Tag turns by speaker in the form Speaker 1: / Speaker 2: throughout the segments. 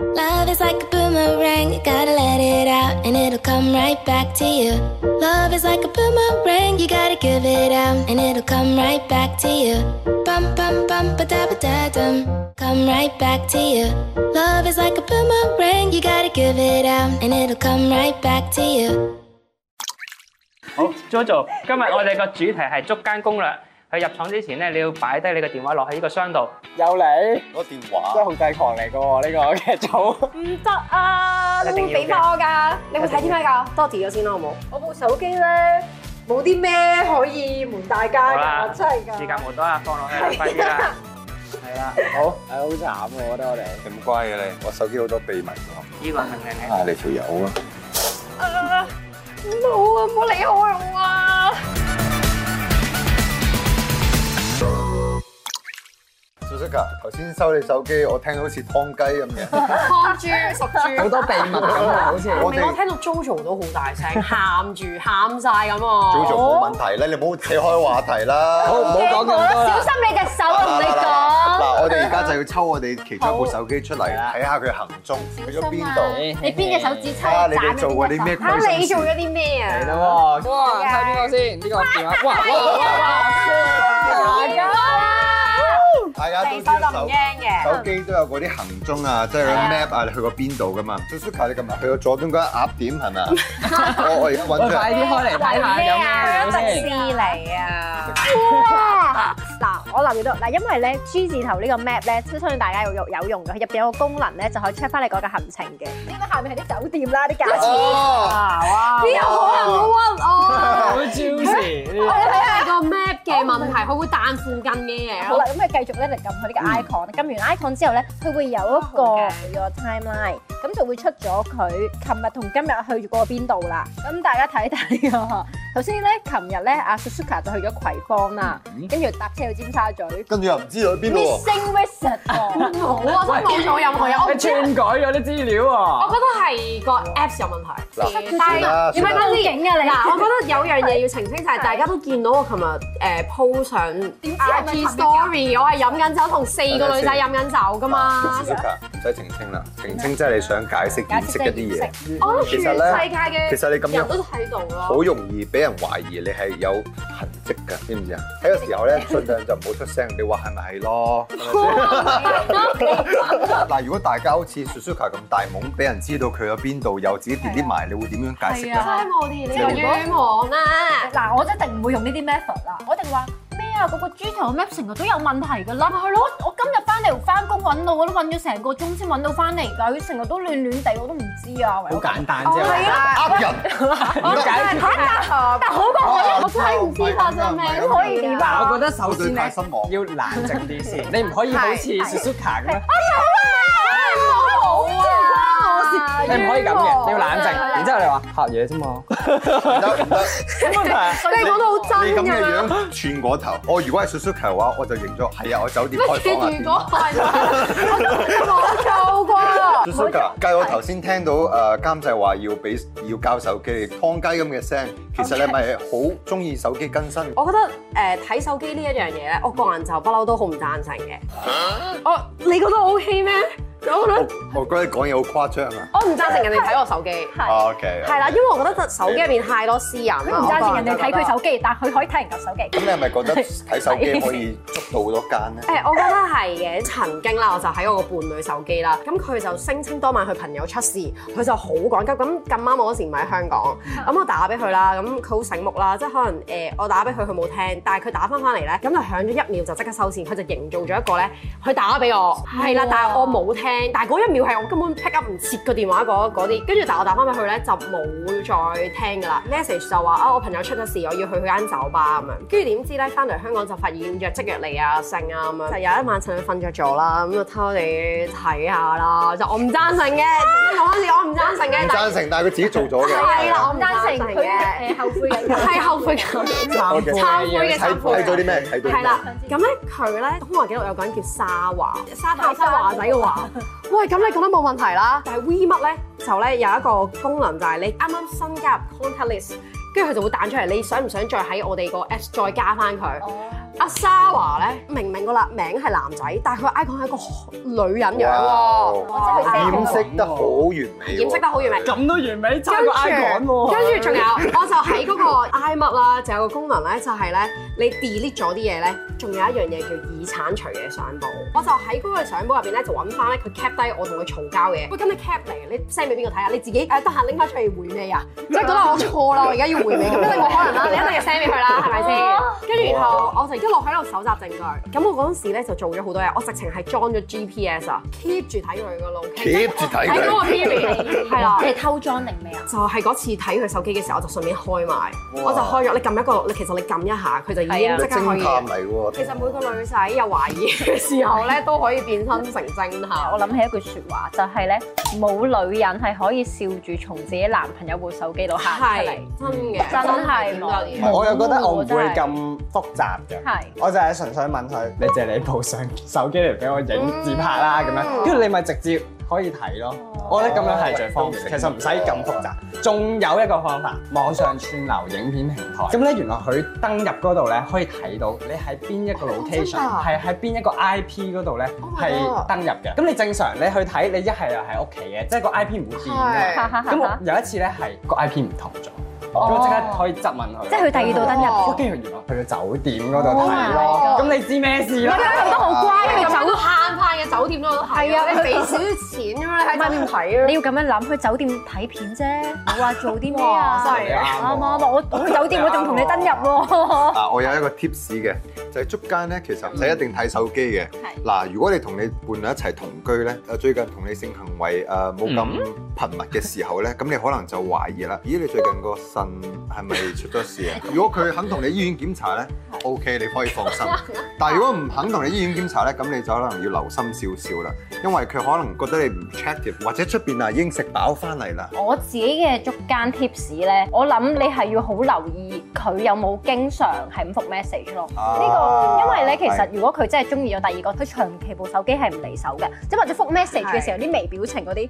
Speaker 1: Love is like a boomerang, you gotta let it out and it'll come right back to you. Love is like a boomerang, you gotta give it out and it'll come right back to you. Bum bum bum ba da ba da dum, come right back to you. Love is like a boomerang, you gotta give it out and it'll come right back to you.
Speaker 2: 好，Jojo，今日我哋個主題係捉奸攻略。佢入廠之前咧，你要擺低你個電話落喺呢個箱度。
Speaker 3: 有你，
Speaker 4: 攞電話
Speaker 3: 真係控制狂嚟嘅喎呢個 劇組。
Speaker 5: 唔得啊！你會唔會俾翻我㗎？你會睇啲咩㗎？多謝咗先啦，好冇？
Speaker 6: 我部手機咧冇啲咩可以瞞大
Speaker 2: 好
Speaker 6: 家
Speaker 2: 啦
Speaker 6: 㗎，真係
Speaker 2: 時
Speaker 6: 㗎
Speaker 2: 間。無多啦，放落去啦，快啲啦。係啦，
Speaker 3: 好，係好慘喎，我覺得我哋。
Speaker 4: 咁乖嘅你，我手機好多秘密㗎。
Speaker 2: 呢個係命令嚟。
Speaker 4: 啊，你條友啊！
Speaker 5: 啊冇啊！唔好離開我啊！
Speaker 4: 小息啊，頭先收你手機，我聽到好似劏雞咁 嘅。
Speaker 5: 看住食住，
Speaker 3: 好多秘密咁啊，好似。
Speaker 4: 我
Speaker 5: 我
Speaker 4: 哋
Speaker 5: 聽到 JoJo 都好大聲，喊住喊晒咁啊！
Speaker 4: 早做冇問題啦，你唔好睇開話題啦。
Speaker 3: 好，唔好講咁多啦。
Speaker 5: 你隻手
Speaker 4: 嗱嗱嗱嗱，我哋而家就要抽我哋其中一部手機出嚟，睇下佢行蹤去咗邊度。
Speaker 3: 你邊隻手指
Speaker 4: 睇下你哋做過啲咩虧心事。
Speaker 5: 哎你做咗啲咩啊
Speaker 3: 嚟？啦喎！哇，睇呢個先，呢個電 話。哇哇
Speaker 5: à,
Speaker 3: 哇哇！大家。
Speaker 4: 大家都知
Speaker 5: 收得
Speaker 4: 道
Speaker 5: 唔
Speaker 4: 手
Speaker 5: 驚嘅。
Speaker 4: 手機都有嗰啲行蹤啊，即係嗰啲 map 啊，你去過邊度噶嘛？Suzuka，你琴日去咗左端嗰間鴨點係 咪啊？我我而家
Speaker 3: 我
Speaker 4: 揾出
Speaker 3: 快
Speaker 4: 嚟。
Speaker 3: 啲開嚟睇下有
Speaker 6: à,
Speaker 3: 咩
Speaker 5: 迪士
Speaker 3: 先。
Speaker 5: 尼啊！
Speaker 7: 嗱，我留意到嗱，因為咧 G 字頭呢個 map 咧，即係相信大家有用有用嘅，佢入邊有個功能咧，就可以 check 翻你嗰個行程嘅。
Speaker 6: 呢個下面係啲酒店啦，啲價錢。
Speaker 4: 哦，
Speaker 5: 啊哇！
Speaker 6: 呢個可能好屈我。
Speaker 3: 好 juicy。
Speaker 5: 我睇係個 map 嘅問題，佢會彈附近嘅嘢
Speaker 7: 好
Speaker 5: 咯。
Speaker 7: 啦，咁佢繼續咧嚟撳佢呢個 icon，撳完 icon 之後咧，佢會有一個
Speaker 5: 好嘅
Speaker 7: your timeline，咁就會出咗佢琴日同今日去過邊度啦。咁大家睇睇啊，頭先咧，琴日咧，阿 à, Suzuka 就去咗葵芳啦，跟住搭車去尖沙咀
Speaker 4: 跟住又唔知去邊咯喎。
Speaker 7: Missing Wizard 喎
Speaker 5: 冇啊，真係冇做任何嘢。我唔
Speaker 3: 你
Speaker 5: 知我
Speaker 3: 篡改咗啲資料喎。
Speaker 5: 覺得係個 Apps 有問題。
Speaker 4: 嗱
Speaker 5: 但
Speaker 4: 算
Speaker 5: 係你咪
Speaker 4: 啦
Speaker 5: 講景啊你。嗱，我覺得有樣嘢要澄清就係大家都見到我琴日誒 po 上
Speaker 6: 知係咪
Speaker 5: IG story，我係飲緊酒，同四個女仔飲緊酒噶啊嘛。
Speaker 4: Suzuka，唔使澄清啦，澄清即係你想解釋掩飾一啲嘢。
Speaker 5: 我覺
Speaker 4: 其
Speaker 5: 得
Speaker 4: 實
Speaker 5: 哦全
Speaker 4: 咧
Speaker 5: 世界嘅
Speaker 4: 其實你咁樣
Speaker 5: 人都啊睇到咯。
Speaker 4: 好容易俾人懷疑你係有痕跡㗎，知唔知啊？喺個時候 咧，盡量就唔好出聲，你話係咪係咯？係咪先嗱，如果大家好似 Suzuka 咁大懵，俾人知道佢有邊度，又自己 delete 埋，你會點樣解釋啊
Speaker 5: 真
Speaker 4: 咧？
Speaker 5: 係啊冇電，你個冤枉啊啦！
Speaker 6: 嗱，我一定唔會用呢啲 method 啦，我一定話咩啊？嗰個豬頭 map 成日都有問題㗎啦，咪係咯？我今日翻嚟翻工揾到，我都揾咗成個鐘先揾到翻嚟㗎，佢成日都亂亂地，我都唔知啊。
Speaker 3: 好簡單啫。
Speaker 5: 啊
Speaker 4: 呃人，
Speaker 3: 點解？
Speaker 6: 但好過
Speaker 4: 我
Speaker 6: 真係唔知發生咩
Speaker 4: 都可以
Speaker 6: 點
Speaker 3: 嗱，我覺得首先
Speaker 4: 我對佢
Speaker 3: 咧
Speaker 4: 失 望
Speaker 3: 要冷靜啲先，你唔可以好似 Suzuka 咁啊樣，
Speaker 6: 好啊！
Speaker 3: 你唔可以咁嘅，你要冷靜。然之後你話拍嘢 啫嘛，
Speaker 4: 唔得唔得，
Speaker 3: 冇問題。
Speaker 5: 你講到好
Speaker 4: 你
Speaker 5: 真
Speaker 4: 咁
Speaker 5: 㗎
Speaker 4: 嘅
Speaker 5: 啦。
Speaker 4: 樣轉過頭，我如果係 Suzuka 嘅話，我就認咗，係啊，我酒店開房啊。
Speaker 5: 如果係，我冇做過。
Speaker 4: Suzuka，計我頭先聽到誒監製話要俾要交手機，劏雞咁嘅聲，其實你咪好中意手機更新。
Speaker 5: 我覺得誒睇、手機呢一樣嘢咧，我個人就不嬲都好唔贊成嘅。我你覺得我 OK 咩？我覺得
Speaker 4: 我我覺得你講嘢好誇張啊。
Speaker 5: 我唔贊成人哋睇我手機，
Speaker 4: O K。
Speaker 5: 係啦，因為我覺得手機入邊太多私人啦。
Speaker 7: 佢唔贊成人哋睇佢
Speaker 5: 手。
Speaker 7: 手機，但佢可以睇人哋手機
Speaker 4: 咁。你係咪覺 得睇手機可以捉到好多間咧？
Speaker 5: 誒、我覺得係嘅。曾經啦，我就喺我個伴侶手機啦，咁佢就聲稱當晚佢朋友出事，佢就好趕急。咁咁啱我嗰時唔喺香港，咁我打俾佢啦，咁佢好醒目啦，即係可能誒、呃我打俾佢佢冇聽，但係佢打翻翻嚟咧，咁就響咗一秒就即刻收線，佢就營造咗一個咧，佢打俾我係啦，但係我冇聽，但係嗰一秒係我根本 pick up 唔切個電話嗰嗰啲，跟住但係我打翻俾佢咧就冇再聽㗎啦，message 就話啊我朋友出咗事，我要去佢間酒吧咁樣，跟住點知咧翻嚟香港就發現若即若離啊剩啊咁樣，就有一晚趁佢瞓着咗啦，咁就偷哋睇下啦，就我唔贊成嘅，重新講嗰時我唔贊成嘅，
Speaker 4: 唔
Speaker 5: 但係
Speaker 4: 贊成，但係佢自己做咗嘅。
Speaker 5: 係啦，我唔
Speaker 6: 單成
Speaker 5: 贊成
Speaker 6: 佢
Speaker 5: 嘅。
Speaker 6: 誒後悔嘅。
Speaker 5: 係後悔嘅，
Speaker 3: 懺悔
Speaker 5: 懺悔嘅
Speaker 4: 睇
Speaker 5: 懺
Speaker 4: 睇
Speaker 5: 悔。
Speaker 4: 到啲咩？睇到啲咩
Speaker 5: 係啦，咁咧佢咧通話記錄有個人叫沙華，沙太沙華仔嘅華。喂，咁你講得冇問題 啦。但係 V 乜咧就咧有一個功能就係你啱啱新哦加入 contact list，跟住佢就會彈出嚟，你想唔想再喺我哋個 app 再加翻佢？阿 Sarah 咧，明明個男名係男仔，但係佢 icon 係一個女人樣
Speaker 4: 哇
Speaker 5: 喎，
Speaker 6: 我真係
Speaker 4: 掩
Speaker 6: 佢
Speaker 4: 飾得好完美喎，
Speaker 5: 哦掩飾得好完美
Speaker 8: 咁都完美，差個 icon 喎。
Speaker 5: 跟住仲有，我就喺嗰個 iMac 啦，就有個功能咧，就係咧，你 delete 咗啲嘢咧，仲有一樣嘢叫已剷除嘅相簿。我就喺嗰個相簿入邊咧，就揾翻咧佢 cap 低我同佢嘈交嘅嘢。喂，咁你 cap 嚟，你 send 俾邊個睇啊？你自己誒得閒拎翻出嚟回 味啊？即係覺得我錯啦，我而家要回味，咁你冇可能啦，你一定要 send 俾佢啦，係咪先？跟住然後我就一路喺度搜集證據。咁我嗰陣時咧就做咗好多嘢，我直情係裝咗 GPS 啊，keep 住睇佢個 location，
Speaker 4: keep 住睇
Speaker 5: 睇嗰
Speaker 4: 佢
Speaker 5: 個 period，係啦。
Speaker 6: 你偷裝定咩啊？
Speaker 5: 就係嗰次睇佢手機嘅時候，我就順便開埋，
Speaker 4: 哇
Speaker 5: 我就開咗。你撳一個，你其實你撳一下，佢就已
Speaker 6: 係
Speaker 5: 經
Speaker 6: 啊
Speaker 5: 即刻可
Speaker 4: 偵探
Speaker 5: 以。
Speaker 4: 嚟喎，
Speaker 5: 其實每個女仔有懷疑嘅時候咧，都可以變身成偵探。
Speaker 7: 啊我諗起一句説話，就係咧冇女人係可以笑住從自己男朋友部手機度 行出
Speaker 5: 係
Speaker 7: 嚟，
Speaker 5: 真嘅，
Speaker 7: 真係
Speaker 5: 點都有啲
Speaker 7: 冇
Speaker 5: 嘢。
Speaker 3: 我又覺得我唔會咁複雜嘅。
Speaker 7: 係。
Speaker 3: 我就係純粹問佢，你借你部相手機嚟俾我影自拍啦咁樣，跟住你咪直接可以睇咯。我覺得咁樣係最方便，其實唔使咁複雜。仲有一個方法，網上串流影片平台。咁咧原來佢登入嗰度咧可以睇到你喺邊一個 location，
Speaker 5: 哦
Speaker 3: 係喺邊一個 IP 嗰度咧
Speaker 5: Oh my
Speaker 3: 係
Speaker 5: God
Speaker 3: 登入嘅。咁你正常你去睇，你一係又喺屋企嘅，即係個 IP 唔會變
Speaker 5: 係
Speaker 3: 嘅。
Speaker 7: 哈哈哈
Speaker 3: 咁我
Speaker 7: 哈
Speaker 3: 有一次咧係個 IP 唔同咗，咁我即刻可以質問佢。
Speaker 7: 即係佢第二度登入
Speaker 3: 我跟住原來去到酒店嗰度睇咯，
Speaker 5: Oh my
Speaker 3: 咁你知咩事啊啦？
Speaker 5: 都好乖
Speaker 7: 嘅
Speaker 5: 酒慳翻嘅酒店都係啊，你俾少少錢咁樣，你喺酒店睇
Speaker 7: 你
Speaker 5: 啊。
Speaker 7: 要咁樣諗，去酒店睇片啫，冇話做啲咩
Speaker 5: 哇
Speaker 7: 啊？
Speaker 5: 真係
Speaker 7: 啱啊！我我去酒店我仲同你登入 喎，
Speaker 4: 啊，我有一個 tips 嘅，就係、捉奸咧，其
Speaker 7: 嗯
Speaker 4: 實唔使一定睇手機嘅。嗱、如果你同你伴侶一齊同居咧，誒最近同你性行為誒冇咁
Speaker 7: 嗯
Speaker 4: 頻密嘅時候咧，咁你可能就懷疑啦，咦你最近個腎係咪出咗事啊？如果佢肯同你醫院檢查咧，OK 你可以放 心。但係如果唔肯同你醫院檢查咧，咁你就可能要留心少少啦，因為佢可能覺得你唔 attractive，或者出邊啊已經食飽翻嚟啦。
Speaker 7: 我自己嘅捉奸 tips 咧，我諗你係要好留意佢有冇經常係咁覆 message 咯。
Speaker 4: 啊
Speaker 7: 呢個因為咧，其
Speaker 4: 係
Speaker 7: 實如果佢真係中意咗第二個，佢長期部手機係唔離手嘅，即係或者覆 message 嘅時候啲微表情嗰啲，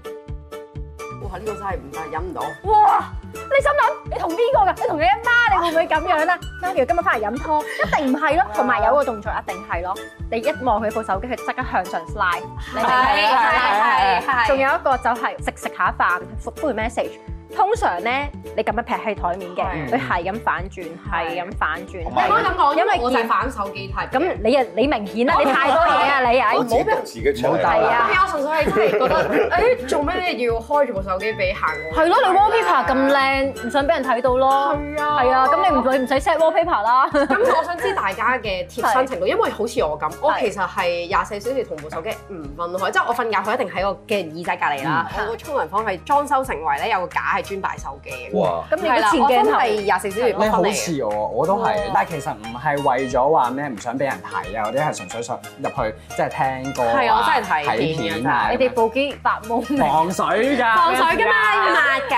Speaker 5: 哇！呢個真係唔得，忍唔到。
Speaker 7: 哇！你心諗你同邊個㗎？你同你阿媽，你會唔會咁樣啊？媽咪今日翻嚟飲湯，一定唔係咯。同埋有個動作一定係咯，你一望佢部手機，佢即刻向上 slide。你明唔明啊
Speaker 5: 係係係
Speaker 7: 仲有一個就係食食下飯，覆覆 message。通常咧，你咁樣劈喺台面嘅，
Speaker 5: 係
Speaker 7: 佢係咁反轉，係咁反轉。
Speaker 4: 同
Speaker 5: 你
Speaker 4: 埋
Speaker 5: 可以咁講，因
Speaker 7: 因為
Speaker 5: 為我就係
Speaker 7: 見
Speaker 5: 反手機睇。
Speaker 7: 咁你啊，你明顯啦，你太多嘢啊，你啊，
Speaker 4: 我
Speaker 7: 唔
Speaker 4: 自己
Speaker 7: 好
Speaker 4: 讀自己出嚟
Speaker 3: 唔好鬥
Speaker 7: 係
Speaker 3: 啦
Speaker 7: 啊
Speaker 5: 係。啊，我純粹係真係覺得，誒做咩要開住部手機俾行過？
Speaker 7: 係咯，你 wallpaper 咁靚，唔想俾人睇到咯。
Speaker 5: 係啊
Speaker 7: 係啊，咁你唔你唔使 set wallpaper 啦。
Speaker 5: 咁我想知大家嘅貼身程度，因為好似我咁，我
Speaker 7: 係
Speaker 5: 其實係廿四小時同部手機唔分開，即係我瞓覺佢一定喺我嘅耳仔隔離啦。我個沖涼房嗯係裝修成為咧有個架係專擺手機嘅。
Speaker 4: 哇！
Speaker 7: 咁你嘅
Speaker 5: 係
Speaker 7: 前
Speaker 5: 啦我
Speaker 7: 鏡
Speaker 5: 真
Speaker 7: 頭
Speaker 5: 係廿四小時
Speaker 3: 你
Speaker 5: 分
Speaker 3: 好
Speaker 5: 嚟嘅。
Speaker 3: 似我，我都係，但係其實唔係為咗話咩唔想俾人睇啊，嗰啲係純粹想入去即係聽歌
Speaker 5: 係啊我真係睇
Speaker 3: 睇
Speaker 5: 片
Speaker 3: 片
Speaker 5: 啊
Speaker 3: 啊，
Speaker 7: 你哋部機發夢啊嚟。
Speaker 3: 防水㗎，
Speaker 5: 放水㗎嘛，抹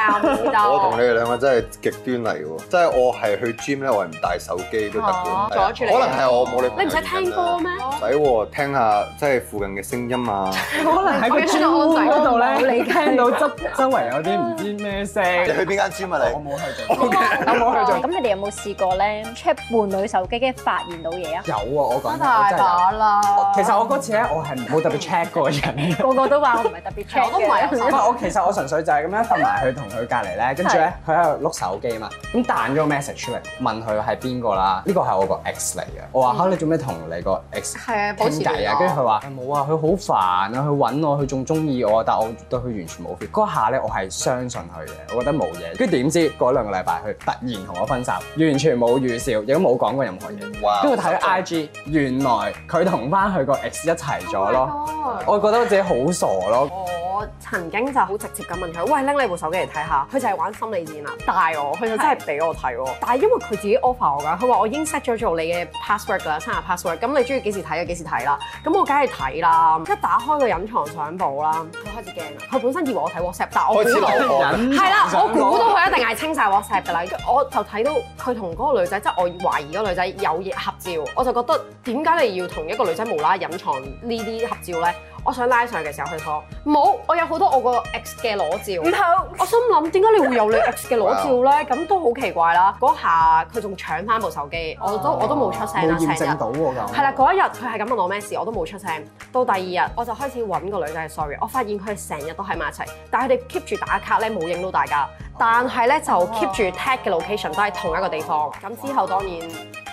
Speaker 5: 教唔
Speaker 4: 我同
Speaker 5: 到
Speaker 4: 你。哋兩個真係極端嚟喎，即係我係去 gym 咧，我係唔帶手機都得
Speaker 5: 哦
Speaker 4: 嘅，係啊
Speaker 5: 阻住你
Speaker 4: 可能係我冇你。
Speaker 5: 你唔使聽歌？咩？
Speaker 4: 唔使喎，聽下即係附近嘅聲音 啊！
Speaker 3: 可能喺個磚嗰度咧，你聽到周周圍有啲唔知咩聲，
Speaker 4: 你去邊間 gym 啊
Speaker 3: 我
Speaker 4: 你？
Speaker 3: 冇去做，我
Speaker 5: 啊
Speaker 3: 冇去做。
Speaker 7: 啊咁你哋有冇試過咧 check 伴侶手機嘅發現到 嘢啊？
Speaker 3: 有啊，我講真係有。
Speaker 5: 啦！
Speaker 3: 其實我嗰次咧，我係冇特別 check 過人。
Speaker 7: 個個都話我唔係特別 check
Speaker 5: 我都唔係有
Speaker 3: 唔
Speaker 5: 手
Speaker 7: 嘅。
Speaker 3: 啊係，我其實我純粹就係咁樣瞓埋佢同佢隔離咧，跟住咧佢喺度碌手機嘛，咁彈咗個 message 出嚟問佢係邊個啦？呢個係我個 ex 嚟嘅。我話嚇你做咩同你個 ex
Speaker 5: 係啊保持
Speaker 3: 傾偈
Speaker 5: 聯絡
Speaker 3: 啊？跟住佢話冇啊，佢好煩啊，佢揾我，佢仲中意我，但我對佢完全冇 feel。嗰下咧我係相信佢嘅，我覺得冇嘢。跟住點知嗰兩個禮拜佢突然同我分手，完全冇預兆，亦都冇講過任何嘢。
Speaker 4: 哇
Speaker 3: 跟住
Speaker 5: 啊
Speaker 3: 睇 IG，原來佢同翻佢個 ex 一齊咗
Speaker 5: Oh
Speaker 3: 咯。我覺得我自己好傻咯。
Speaker 5: 我曾經就好直接咁問佢：喂，拎你部手機嚟睇下。佢就係玩心理戰啊，帶我，佢就真係俾我睇喎。但係因為佢自己 offer 我㗎，佢話我已經 set 咗做你嘅 password 㗎啦，生日 password。咁你中意幾時睇就幾時睇啦。咁我梗係睇啦。一打開個隱藏相簿啦，佢開始驚啦。佢本身以為我睇 WhatsApp，但我
Speaker 4: 開始
Speaker 5: 估
Speaker 4: 流
Speaker 5: 到。
Speaker 4: 汗，
Speaker 3: 隱
Speaker 5: 係啦，
Speaker 3: 藏
Speaker 5: 我
Speaker 3: 上
Speaker 5: 估
Speaker 3: 網
Speaker 5: 到佢一定係清晒 WhatsApp 㗎啦，跟住我就睇到佢同嗰個女仔，即係我懷疑嗰個女仔有嘢合照，我就覺得點解你要同一個女仔無啦啦隱藏呢啲合照咧？我想拉上去嘅時候，佢講冇，我有好多我個 ex 嘅裸照。唔
Speaker 7: 嗯
Speaker 5: 好，我心諗點解你會有你 ex 嘅裸照咧？咁都好奇怪啦。嗰下佢仲搶翻部手機，我都我都冇出聲啦，
Speaker 3: 冇
Speaker 5: 成
Speaker 3: 驗證
Speaker 5: 日。
Speaker 3: 到喎咁。
Speaker 5: 係啦，嗰一日佢係咁問我咩事，我都冇出聲。到第二日我就開始揾個女仔 sorry，我發現佢哋成日都喺埋一齊，但係佢哋 keep 住打卡咧冇影到大家，但係咧就 keep 住 tag 嘅 location 都係同一個地方。咁之後當然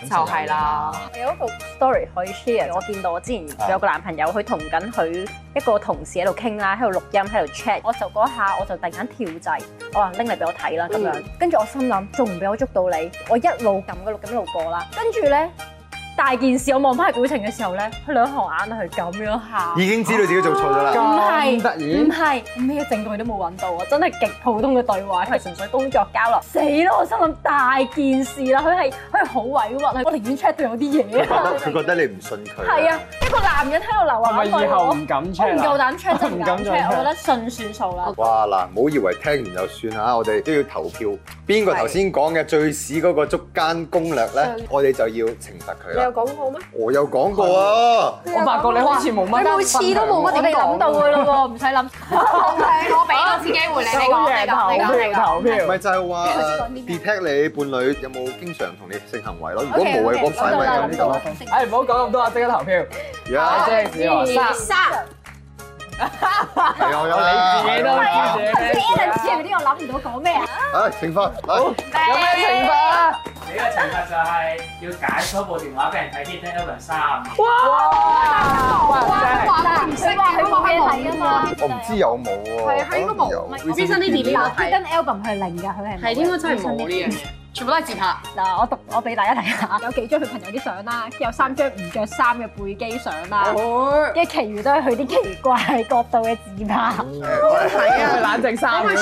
Speaker 5: 就係啦，
Speaker 7: 有一個 story 可以 share，我見到我之前
Speaker 5: 啊
Speaker 7: 有個男朋友，佢同緊佢一個同事喺度傾啦，喺度錄音，喺度 check，我就嗰下我就突然間跳掣，我話拎嚟俾我睇啦咁
Speaker 5: 嗯
Speaker 7: 樣，跟住我心諗仲唔俾我捉到你，我一路撳個錄音一路播啦，跟住咧大件事，我望翻佢表情嘅時候咧，佢兩行眼淚咁樣喊。
Speaker 4: 已經知道自己做錯咗啦。
Speaker 5: 哦
Speaker 7: 唔
Speaker 3: 咁
Speaker 7: 係
Speaker 3: 得
Speaker 7: 唔
Speaker 3: 意，
Speaker 7: 係，咩證據都冇揾到啊！真係極普通嘅對話，係純粹工作交流。死啦！我心諗大件事啦，佢係佢係好委屈啊！我寧願 check 到有啲
Speaker 4: 佢覺
Speaker 7: 嘢啊
Speaker 4: 得！佢覺得你唔信佢。
Speaker 7: 係啊，，一個男人喺度流
Speaker 3: 係
Speaker 7: 啊，
Speaker 3: 咪以後
Speaker 7: 我
Speaker 3: 唔敢
Speaker 7: 我唔
Speaker 3: check
Speaker 7: 夠
Speaker 3: 啦？
Speaker 7: 膽 check 就唔敢
Speaker 3: 唔敢
Speaker 7: check，
Speaker 3: check
Speaker 7: 我覺得信算數啦。
Speaker 4: 哇嗱，唔好以為聽完就算嚇，我哋都要投票，邊個頭先講嘅最屎嗰個捉奸攻略咧，我哋就要懲罰佢
Speaker 5: 你
Speaker 4: 啦。
Speaker 5: 有講過咩？
Speaker 4: 我有講過啊，
Speaker 3: 我發覺你好似冇乜，
Speaker 5: 你每次都冇乜
Speaker 7: 我哋諗到㗎啦喎，唔使諗。
Speaker 5: 我俾多次機會你，你講你講你講你講。
Speaker 3: 投票。
Speaker 4: 咪就係話呃
Speaker 6: 你頭先講啲咩
Speaker 4: detect 你伴侶有冇經常同你性行為咯。如果冇嘅，嗰排咪咁
Speaker 3: 咁
Speaker 4: 咯。
Speaker 3: 啊唉，唔好講咁多啊，即刻投票。
Speaker 4: 呀
Speaker 5: 啊
Speaker 3: 即係小學生，
Speaker 5: 三
Speaker 4: 係啊，有
Speaker 3: 你自己都
Speaker 4: 啊
Speaker 3: 知自己咩事啊。
Speaker 7: Alan 啲我諗唔到講咩啊！
Speaker 4: 啊，懲罰好。
Speaker 3: 有咩懲罰啊？
Speaker 2: 你嘅懲罰就係要解鎖部電話俾人睇 h i t Evan 三。
Speaker 3: 哇！真係
Speaker 5: 話唔識啊，佢冇嘢睇啊嘛。
Speaker 4: 我唔知有冇喎，
Speaker 5: 係啊應該
Speaker 4: 可
Speaker 5: 冇
Speaker 4: 能有
Speaker 5: 我先生呢啲啊料
Speaker 7: 嗱 Hidden album 係零㗎，佢係冇嘅
Speaker 5: 嘢，全部都係自拍。
Speaker 7: 嗱，我讀我俾大家睇下，有幾張佢朋友啲相啦，有三張唔着衫嘅背肌相啦，
Speaker 4: 哦
Speaker 7: 跟住其餘都係佢啲奇怪角度嘅自拍。
Speaker 3: 係啊，冷靜三秒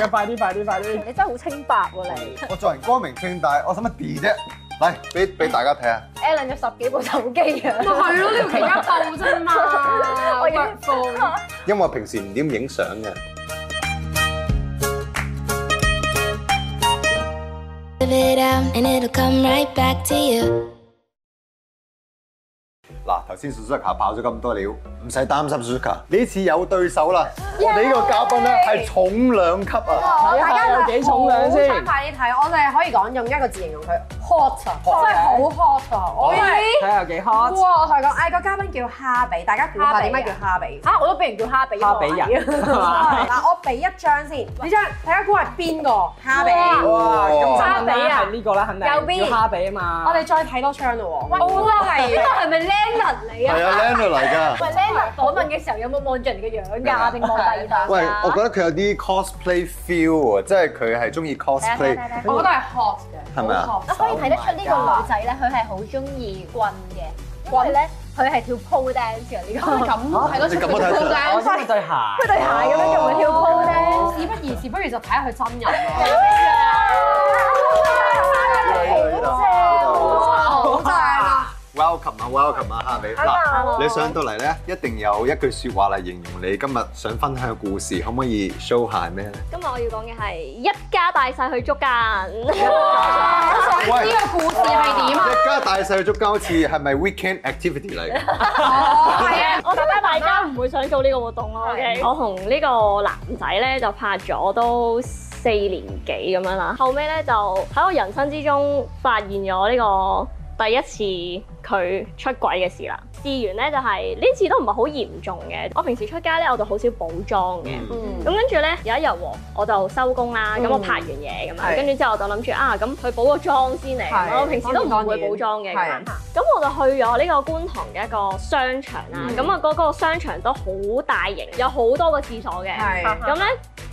Speaker 3: 咋，快啲快啲快
Speaker 4: 嗯
Speaker 3: 啲！
Speaker 7: 你真係好清白喎你
Speaker 4: 我做人光明正大，我使乜 D 啫？嚟，俾俾大家睇下。
Speaker 7: ，Alan 有十幾部手機 啊！
Speaker 5: 係咯，呢條期間報啫嘛，
Speaker 7: 我已經
Speaker 5: 報。
Speaker 4: 因為我平時唔點影相嘅。
Speaker 1: Give it out and it'll come right back to you.
Speaker 4: 嗱，頭先 Suzuka 爆咗咁多料，唔使擔心 Suzuka，呢次有對手啦。我哋呢個嘉賓咧係重量級啊！
Speaker 3: 睇下有幾重量先。
Speaker 5: 快啲睇，我哋係可以講用一個字形容佢 hot 啊，真係好 hot 啊！我
Speaker 3: 睇下有幾 hot。
Speaker 5: 哇！我同你講，誒個嘉賓叫蝦比，大家估下點解叫蝦比？
Speaker 7: 嚇，我都俾人叫蝦比
Speaker 3: 哈比人係嘛
Speaker 5: 嗱，我俾一張先，呢張大家估係邊個？蝦比。
Speaker 3: 哇！咁
Speaker 4: 哇
Speaker 3: 肯定係呢個啦，肯定
Speaker 7: 右邊
Speaker 3: 要哈比啊嘛。
Speaker 5: 我哋再睇多張咯喎，
Speaker 7: 哇呢個係咪 Alan 嚟
Speaker 4: 係
Speaker 7: 啊？
Speaker 4: 啊 l a n d 嚟㗎。
Speaker 7: 喂，Alan 訪問嘅時候有冇望住人哋嘅樣㗎？定望第二度啊？
Speaker 4: 喂，我覺得佢有啲 cosplay feel 喎，即係佢係中意 cosplay，
Speaker 5: 我覺得係 hot 嘅，
Speaker 4: 係咪啊
Speaker 7: 我可以睇得出呢個女仔咧，佢係好中意棍嘅，因為咧佢係跳 pole dance 嘅呢個。
Speaker 5: 咁睇得出佢
Speaker 4: 你咁都睇得出
Speaker 5: 好
Speaker 3: 我知佢對鞋。
Speaker 7: 佢對鞋咁樣
Speaker 4: 哦
Speaker 7: 仲會跳 pole dance。
Speaker 5: 事不宜遲，不如就睇下佢真人咯。好正啊！
Speaker 4: Welcome 啊，Welcome 啊，哈比。嗱，你上到嚟咧，一定有一句説話嚟形容你今日想分享嘅故事，可唔可以 show 下係咩咧？
Speaker 9: 今日我要講嘅係一家大細去捉奸，
Speaker 4: 喂，
Speaker 5: 個故事係點啊？
Speaker 4: 一家大細去捉交似係咪 weekend activity 嚟㗎？
Speaker 5: 係啊，
Speaker 9: 我覺得大家唔會想做呢個活動咯。OK，我同呢個男仔咧就拍咗都四年幾咁樣啦，後尾咧就喺我人生之中發現咗呢個第一次佢出軌嘅事啦。事源咧就係、呢次都唔係好嚴重嘅，我平時出街咧我就好少補妝嘅。
Speaker 5: 嗯
Speaker 4: 嗯
Speaker 9: 咁跟住咧有一日喎，我就收工啦，咁我拍完嘢咁樣，
Speaker 5: 係
Speaker 9: 跟住之後我就諗住啊，咁去補個妝先嚟
Speaker 5: 係
Speaker 9: 咁樣，我平時都唔會補妝嘅咁
Speaker 5: 當
Speaker 9: 樣
Speaker 5: 然。
Speaker 9: 咁我就去咗呢個觀塘嘅一個商場啦，
Speaker 5: 嗯
Speaker 9: 咁啊嗰個商場都好大型，有好多個廁所嘅。
Speaker 5: 係
Speaker 9: 咁咧，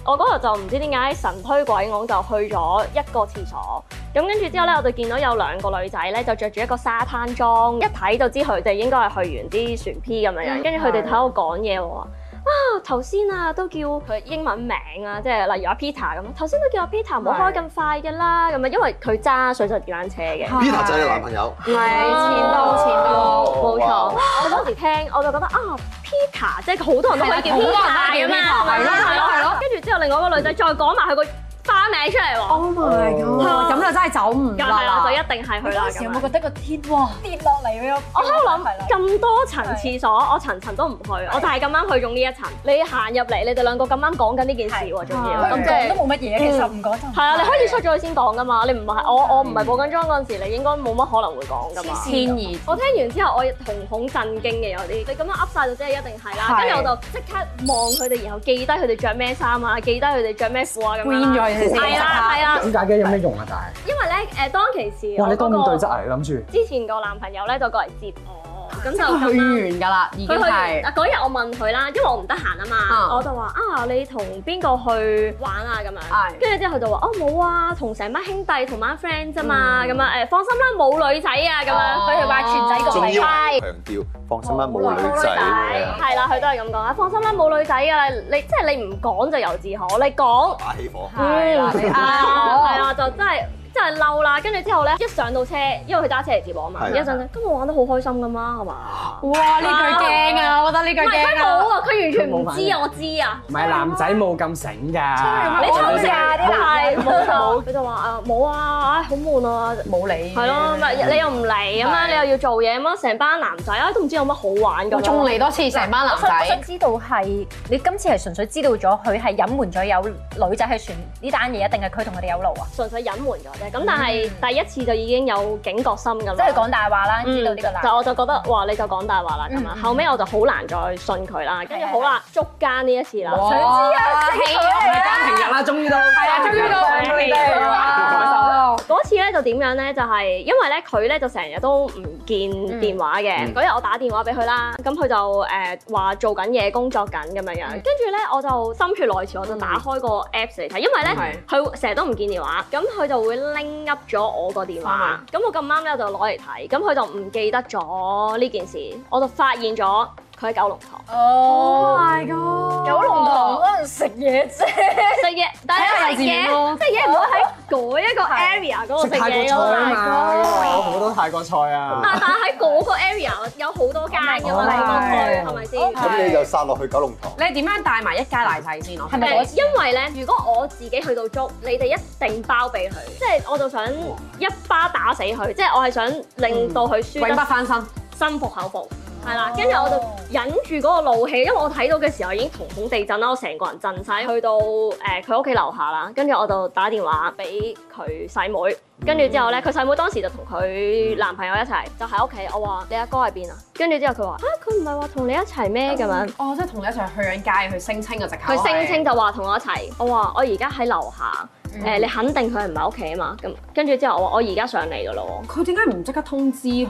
Speaker 9: 我嗰日就唔知點解神推鬼拱就去咗一個廁所，咁跟住之後咧，我就見到有兩個女仔咧就着住一個沙灘裝，一睇就知佢哋應該係去完啲船 P 咁樣樣，跟住佢哋喺度講嘢喎。啊！頭先啊，都叫佢英文名啊，即係例如阿 Peter 咁樣。頭先都叫阿 Peter 唔好開咁快嘅啦，咁啊，因為佢揸水上電單車嘅。
Speaker 4: Peter 就係你男朋
Speaker 5: 嗯
Speaker 4: 友。
Speaker 9: 係
Speaker 5: 哦度前
Speaker 9: 前
Speaker 5: 度
Speaker 9: 冇錯
Speaker 4: 哇。
Speaker 9: 我當時聽我就覺得啊，Peter 即係好多人都可以叫
Speaker 5: 係啦好多人都可以叫 Peter，係
Speaker 9: Peter 咁嘛，
Speaker 5: 咯係咯係咯。
Speaker 9: 跟住之後，另外一個女仔再講埋佢個花名出嚟喎。
Speaker 5: Oh my god！咁就真係走唔
Speaker 9: 咁係啦，就
Speaker 5: 甩
Speaker 9: 一定係佢啦。
Speaker 6: 嗰時有
Speaker 9: 咁
Speaker 6: 冇
Speaker 9: 樣
Speaker 6: 覺得個天哇跌落嚟咁樣？
Speaker 9: 我喺度
Speaker 6: 係啦
Speaker 9: 諗咁多層廁所，我層層都唔去，我就係咁啱去中呢一層。你行入嚟，你哋兩個咁啱講緊呢件事喎，仲要
Speaker 6: 咁
Speaker 9: 咁即係
Speaker 6: 都。冇乜嘢，其實
Speaker 7: 嗯
Speaker 6: 唔講就
Speaker 9: 係啊，你開始出咗去先講噶嘛，你唔係我我唔係報緊裝嗰陣時，你應該冇乜可能會講噶嘛。
Speaker 5: 天意。
Speaker 9: 我聽完之後，我瞳孔震驚嘅有啲，你咁樣噏晒就即係一定係啦。跟住我就即刻望佢哋，然後記低佢哋着咩衫啊，記低佢哋着咩褲啊咁樣
Speaker 5: green
Speaker 9: 啦。
Speaker 5: 咗佢先，
Speaker 9: 係啦係啦，
Speaker 3: 點解嘅？有咩用啊？但
Speaker 9: 因為咧誒當其時
Speaker 3: 係，哇！
Speaker 9: 我
Speaker 3: 你當面對
Speaker 9: 嗰
Speaker 3: 質
Speaker 9: 個
Speaker 3: 啊？你諗住
Speaker 9: 之前個男朋友咧就過嚟接我，咁就
Speaker 5: 即係 佢
Speaker 9: 咁啱
Speaker 5: 去完㗎啦，已經
Speaker 9: 佢去
Speaker 5: 係。
Speaker 9: 嗱嗰日我問佢啦，因為我唔得閒啊
Speaker 5: 啊
Speaker 9: 嘛，我就話啊你同邊個去玩啊咁
Speaker 5: 係
Speaker 9: 樣，跟住之後佢就話哦冇啊，同成班兄弟同班 friend 啫嘛，咁樣誒放心啦冇女仔啊咁樣，佢哋話全仔個
Speaker 4: 仲要
Speaker 9: 係
Speaker 4: 強調放心啦，冇女仔嘅。
Speaker 9: 係啦，佢都係咁講啊，放心啦冇女仔啊，你即係你唔講就由自可，你講。
Speaker 4: 打起火。
Speaker 5: 係啦，你
Speaker 9: 啊，係啊，就真係真係嬲啦！跟住之後咧，一上到車，因為佢揸車嚟接我啊嘛，
Speaker 4: 係
Speaker 9: 一
Speaker 4: 啊
Speaker 9: 上到今日玩得好開心噶嘛，係嘛？
Speaker 5: 哇！呢句驚啊，我覺得呢句
Speaker 9: 唔係佢
Speaker 5: 驚啊。
Speaker 9: 冇啊，佢完全唔
Speaker 3: 佢冇反
Speaker 9: 知
Speaker 3: 應
Speaker 9: 啊，我知啊。
Speaker 3: 唔係男仔冇咁醒
Speaker 9: 你
Speaker 3: 㗎，
Speaker 9: 臭啊啲係冇錯，佢就話啊冇啊，唉好悶啊。
Speaker 5: 冇理，
Speaker 9: 係咯，咪你又唔嚟咁樣，你又要做嘢咁樣，成班男仔啊都唔知有乜好玩咁樣。
Speaker 5: 我仲嚟多次成班男
Speaker 7: 我想我想
Speaker 5: 仔，
Speaker 7: 知道係你今次係純粹知道咗佢係隱瞞咗有女仔係傳呢單嘢，定係佢同佢哋有路啊？
Speaker 9: 純粹隱瞞咗啫。咁但係第一次就已經有警覺心咁啦。
Speaker 7: 嗯即係講大話啦，
Speaker 9: 嗯
Speaker 7: 知道呢個男嗯
Speaker 9: 就。我就覺得哇，你就講大話啦咁啊！後尾我就好難再信佢啦，跟住好啦，捉奸呢一次啦，
Speaker 5: 想知啊，起
Speaker 3: 單平日啦，終於都係
Speaker 5: 啊，終於到我哋啦！
Speaker 9: 嗰次咧就點樣咧？就係、因為咧佢咧就成日都唔見電話
Speaker 3: 嗯
Speaker 9: 嘅。嗰日、我打電話俾佢啦，咁佢就誒話、做緊嘢工作緊咁樣樣。
Speaker 3: 嗯
Speaker 9: 跟住咧我就心血來潮，我就打開個 Apps 嚟睇，因為咧佢成日都唔見電話，咁佢就會拎 up 咗我個電
Speaker 3: 嗯
Speaker 9: 話。咁我咁啱咧就攞嚟睇，咁佢就唔記得咗呢件事，我就發現咗佢喺九 龍塘
Speaker 5: Oh my god！九龍塘
Speaker 6: 可能食嘢啫。
Speaker 9: 食嘢，但係食嘢即係嘢唔好喺嗰一個 area 嗰度
Speaker 3: 食
Speaker 9: 食
Speaker 3: 泰國
Speaker 9: 嘢
Speaker 3: 菜
Speaker 9: 咯。
Speaker 3: 啊嘛，因為我好多泰國菜啊。
Speaker 9: 但但喺嗰個 area 有好多間㗎嘛，
Speaker 5: 係
Speaker 9: 嗰個區係咪先？
Speaker 4: 咁你就殺落去九龍塘。
Speaker 5: 你點樣帶埋一家大細先啊？係
Speaker 9: 誒因為咧，如果我自己去到捉，你哋一定包庇佢，即係我就想一巴打死佢，即係我係想令到佢輸
Speaker 5: 永不
Speaker 9: 得
Speaker 5: 翻身？
Speaker 9: 心服口服，係啦。跟住我就忍住嗰個怒氣，因為我睇到嘅時候已經瞳孔地震啦，我成個人震晒，去到誒佢屋企樓下啦，跟住我就打電話俾佢細妹，跟住之後咧，佢細妹當時就同佢男朋友一齊，就喺屋企，我話你阿哥喺邊啊？跟住之後佢話啊，佢唔係話同你一齊咩咁樣。
Speaker 5: 哦，即係同你一齊去緊街，去聲稱嘅藉口。
Speaker 9: 佢聲稱就話同我一齊，我話我而家喺樓下，誒、你肯定佢唔喺屋企啊嘛，咁跟住之後我話我而家上嚟噶咯
Speaker 5: 佢點解唔即刻通知佢阿哥咧？
Speaker 9: 喎，因為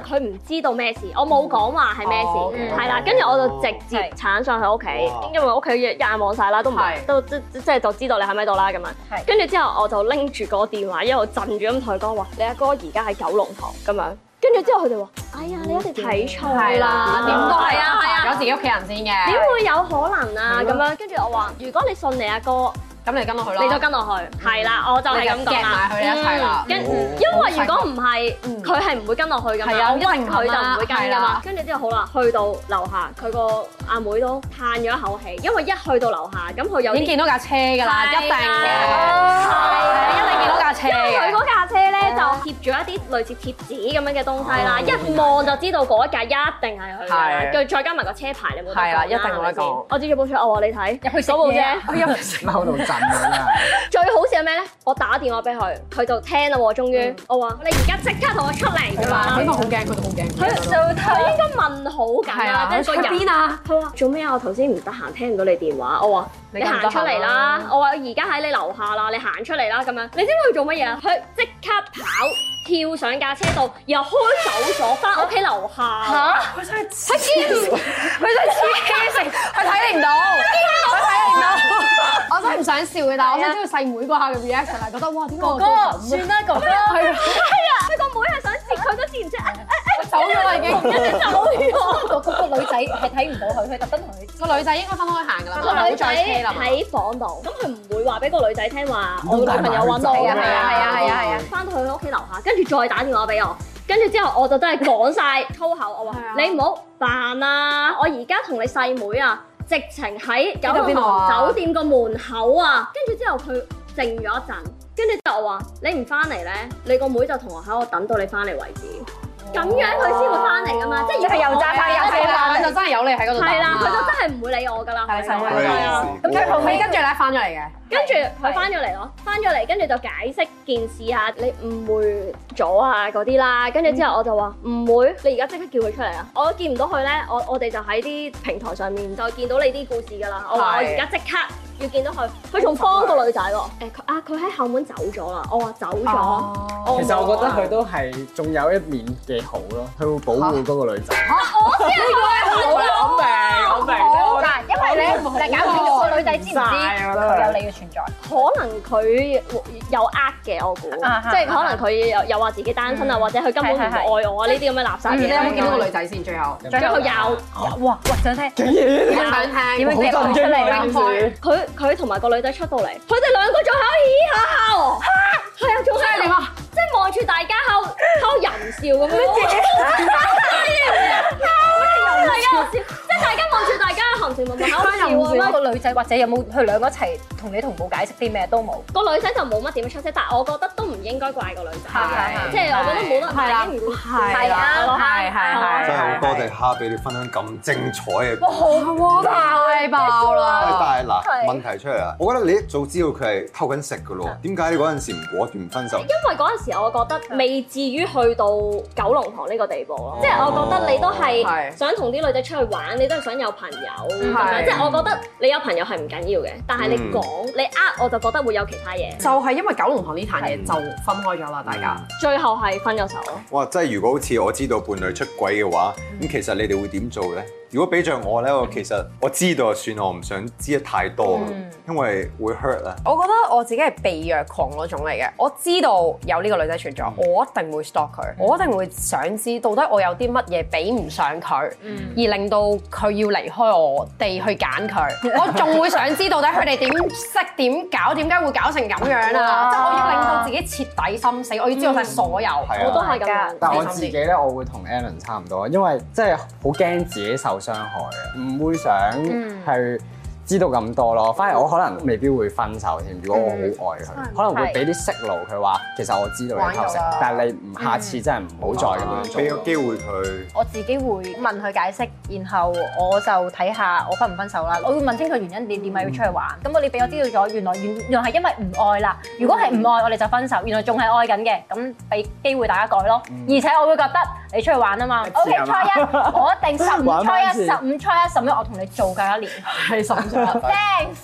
Speaker 9: 佢唔知道咩事，我冇講話係咩
Speaker 5: 哦
Speaker 9: 事，嗯係啦，跟住我就直接鏟上佢屋
Speaker 4: 哇
Speaker 9: 企，因為屋企一眼望晒啦，都唔
Speaker 5: 係
Speaker 9: 都即即即係就知道你喺咪度啦咁樣，跟住之後我就拎住個電話一路震住咁同佢講話，你阿哥而家喺九龍塘咁樣，跟住之後佢哋話，哎呀你一定睇錯啦，
Speaker 5: 點都係
Speaker 9: 係
Speaker 5: 啊，
Speaker 9: 係
Speaker 5: 係
Speaker 9: 啊
Speaker 5: 啊，有自己屋企人先
Speaker 9: 點
Speaker 5: 嘅。
Speaker 9: 會有可能啊咁樣？跟住我話，如果你信你阿哥。
Speaker 5: 咁你跟落去咯。
Speaker 9: 你就跟落去，係啦，我就係咁講啦，
Speaker 5: 你就夾埋佢一齊啦
Speaker 9: 嗯跟因為如果唔係，佢係唔會跟落去噶嘛，
Speaker 5: 係啊
Speaker 9: 我屈
Speaker 5: 一定唔
Speaker 9: 佢
Speaker 5: 肯
Speaker 9: 就
Speaker 5: 啦
Speaker 9: 唔會跟
Speaker 5: 係
Speaker 9: 噶
Speaker 5: 啦
Speaker 9: 嘛。跟住之後好啦，去到樓下，佢個阿妹都嘆咗一口氣，因為一去到樓下，咁佢有
Speaker 5: 已經
Speaker 9: 啲
Speaker 5: 見到架車㗎啦，一定
Speaker 9: 係
Speaker 5: 嘅。
Speaker 9: 啊
Speaker 5: 一定見到架車
Speaker 9: 因為佢
Speaker 5: 嘅。
Speaker 9: 嗰架車咧就貼咗一啲類似貼紙咁樣嘅東西啦，一望就知道嗰一架一定係佢㗎啦
Speaker 5: 係，
Speaker 9: 跟住再加埋個車牌，你冇得
Speaker 5: 係啦
Speaker 9: 講
Speaker 5: 一定冇得
Speaker 9: 係咪先
Speaker 5: 講
Speaker 9: 我指住部車，我話你睇，入去嗰部啫。
Speaker 3: 嬲到震 啊！
Speaker 9: 最好笑係咩咧？我打電話俾佢，佢就聽啦喎，終
Speaker 5: 嗯
Speaker 9: 於。我話你而家即刻同我出嚟
Speaker 5: 佢都
Speaker 9: 咁樣。
Speaker 5: 啊好驚，佢都好
Speaker 9: 佢
Speaker 5: 驚。
Speaker 9: 佢應該問好緊啦，即係個
Speaker 5: 去
Speaker 9: 人。
Speaker 5: 邊啊？
Speaker 9: 佢話做咩啊？我頭先唔得閒，聽唔到你電話。我話
Speaker 5: 你
Speaker 9: 你行出
Speaker 5: 得
Speaker 9: 嚟啦
Speaker 5: 唔得閒啊。
Speaker 9: 我話而家喺你樓下啦，你行出嚟啦咁樣。你知唔知佢做乜嘢
Speaker 5: 嗯
Speaker 9: 啊？佢即刻跑跳上架車度，然後開走咗翻屋企樓下。嚇！
Speaker 5: 佢睇你唔到，佢睇你唔到。我真係唔想笑嘅，但係我想知道細妹嗰下嘅 reaction 係覺得哇點解我哥算啦哥哥，係啊，
Speaker 9: 佢個妹係想接佢都接唔知。哎哎
Speaker 5: 走咗 啦已經。
Speaker 9: 哎走咗。
Speaker 7: 個個女仔係睇唔到佢，佢特登同佢
Speaker 5: 個女仔應該分開行㗎啦，
Speaker 9: 個女仔
Speaker 5: 啊唔好再車啦嘛。
Speaker 9: 喺房度，咁佢唔會話俾個女仔聽話，我女朋友揾我
Speaker 3: 係啊
Speaker 5: 係啊係啊係啊係啊，
Speaker 9: 翻到去屋企樓下，跟住再打電話俾我。跟住之後，我就真係講晒粗口，我話
Speaker 5: 係啊
Speaker 9: 你唔好扮啦，我而家同你細妹啊，即直情喺九
Speaker 5: 邊度啊
Speaker 9: 龍酒店個門口啊，跟住之後佢靜咗一陣，跟住就話你唔翻嚟咧，你個妹就同我喺度等到你翻嚟為止，
Speaker 5: 哦
Speaker 9: 咁樣佢先會翻嚟噶嘛，即係
Speaker 7: 即係又炸翻又炸
Speaker 5: 係啦，
Speaker 7: 翻
Speaker 5: 就真係有你喺嗰度打。
Speaker 9: 係啦，佢就真係唔會理我噶啦，
Speaker 5: 係
Speaker 9: 係
Speaker 5: 係
Speaker 9: 啊。
Speaker 5: 咁佢後尾跟住咧翻咗嚟嘅，
Speaker 9: 跟住佢翻咗嚟咯，翻咗嚟跟住就解釋件事啊，你誤會咗啊嗰啲啦，跟住之
Speaker 5: 嗯
Speaker 9: 後我就話唔會，你而家即刻叫佢出嚟啊！我見唔到佢咧，我我哋就喺啲平台上面就見到你啲故事㗎啦。我話我
Speaker 5: 係哦
Speaker 9: 而家即刻要見到佢，佢仲幫個女仔喎。誒佢啊，佢喺後門走咗啦。我話走咗，我啊
Speaker 3: 其實我覺得佢都係仲有一面嘅好咯，佢會保護嗰個女仔。
Speaker 2: 我我明我明，
Speaker 7: 嗱，因為咧嗱，搞清楚個女仔知唔知
Speaker 3: 晒我覺得
Speaker 7: 佢有你嘅存在？
Speaker 9: 可能佢有呃嘅，我估，
Speaker 7: 啊
Speaker 9: 即係可能佢又又話自己單
Speaker 5: 嗯
Speaker 9: 身啊，或者佢根本唔愛我啊呢啲咁嘅垃圾
Speaker 5: 你有冇
Speaker 9: 嘢。
Speaker 5: 見到個女仔先？最後
Speaker 9: 最後有。
Speaker 7: 哇哇，想聽
Speaker 3: 竟然
Speaker 5: 想聽
Speaker 7: 點樣夾佢出嚟？
Speaker 5: 分開，
Speaker 9: 佢佢同埋個女仔出到嚟，佢哋兩個仲喺度嘻哈哈喎，係啊，仲喺度點啊？即係望住大家喺度喺度淫笑咁樣，
Speaker 5: 啊
Speaker 9: 啊係啊，即係大家望住大家嘅含情脈脈喺度笑啊！
Speaker 7: 個女仔或者有冇佢兩個一齊同你同步解釋啲咩都冇？
Speaker 9: 個女仔就冇乜點樣出聲，但係我覺得都唔應該怪個女仔，
Speaker 5: 係
Speaker 9: 即係我覺得冇得
Speaker 5: 係啦
Speaker 9: 大家唔
Speaker 5: 係
Speaker 9: 會啊
Speaker 5: 啦，係係
Speaker 4: 真係好多謝蝦俾你分享咁精彩嘅故事。
Speaker 5: 係，太爆
Speaker 4: 喂
Speaker 5: 啦！
Speaker 4: 但係嗱，問題出嚟啦，我覺得你一早知道佢係偷緊食嘅咯，點解你嗰陣時唔果斷分手？
Speaker 9: 因為嗰陣時我覺得未至於去到九龍塘呢個地步咯，即係我覺得你都哦係
Speaker 5: 係
Speaker 9: 想同啲女仔出去玩，你都係想有朋友咁樣，
Speaker 5: 係
Speaker 9: 即係我覺得你有朋友係唔緊要嘅，但係你講你呃我就覺得會有其他嘢，
Speaker 5: 就係因為九龍塘呢壇嘢就分開咗啦，大家。
Speaker 9: 最後係分咗手咯。
Speaker 4: 哇！真係如果好似我知道伴侶出軌嘅話，咁其實你哋會點做咧？如果俾着我咧，我其實我知道就算，我唔想知得太多，因為會 hurt 啊。
Speaker 5: 我覺得我自己係被虐狂嗰種嚟嘅，我知道有呢個女仔存在，我一定會 stalk 佢，我一定會想知到底我有啲乜嘢比唔上佢，而令到佢要離開我哋去揀佢，我仲會想知到底佢哋點識點搞，點解會搞成咁樣啊！即係我要令到自己徹底心死，我要知道晒所有。
Speaker 4: 係
Speaker 9: 我都
Speaker 4: 啊，
Speaker 9: 係咁樣。
Speaker 3: 但我自 己咧，我會同 Alan 差唔多，因為真係好驚自己受傷害啊，唔會想去知道咁多咯。反而我可能未必會分手添，如果我好愛佢，可能會俾啲息路佢話，其實我知道你偷食
Speaker 7: 玩夠啦，
Speaker 3: 但係你唔下次真係唔好再咁樣做。
Speaker 4: 俾個機會佢。
Speaker 7: 我自己會問佢解釋，然後我就睇下我分唔分手啦。我會問清楚原因，你點解要出去玩？咁我你俾我知道咗，原來原原來係因為唔愛啦。如果係唔愛，我哋就分手。原來仲係愛緊嘅，咁俾機會大家改咯。而且我會覺得你出去玩啊嘛。O K，初一我一定十五，
Speaker 3: 玩
Speaker 7: 初
Speaker 3: 翻
Speaker 7: 一
Speaker 3: 次
Speaker 7: 十五，初一十五，我同你做夠一年。
Speaker 5: 係心咗，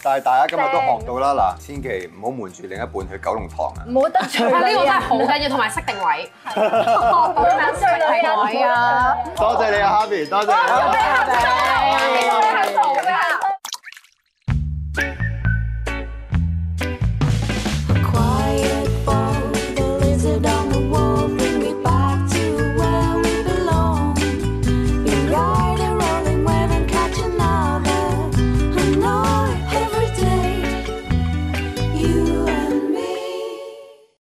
Speaker 4: 但係大家今日都學到啦，嗱，千祈唔好瞞住另一半去九龍塘啊！
Speaker 7: 冇得罪
Speaker 5: 呢
Speaker 7: 啊
Speaker 5: 個
Speaker 7: 女
Speaker 5: 真係 好緊
Speaker 7: 人，
Speaker 5: 要，同埋識定位，
Speaker 7: 冇得罪啊女人。
Speaker 4: 多謝你啊，Happy，多謝你啊。
Speaker 7: 你喺度。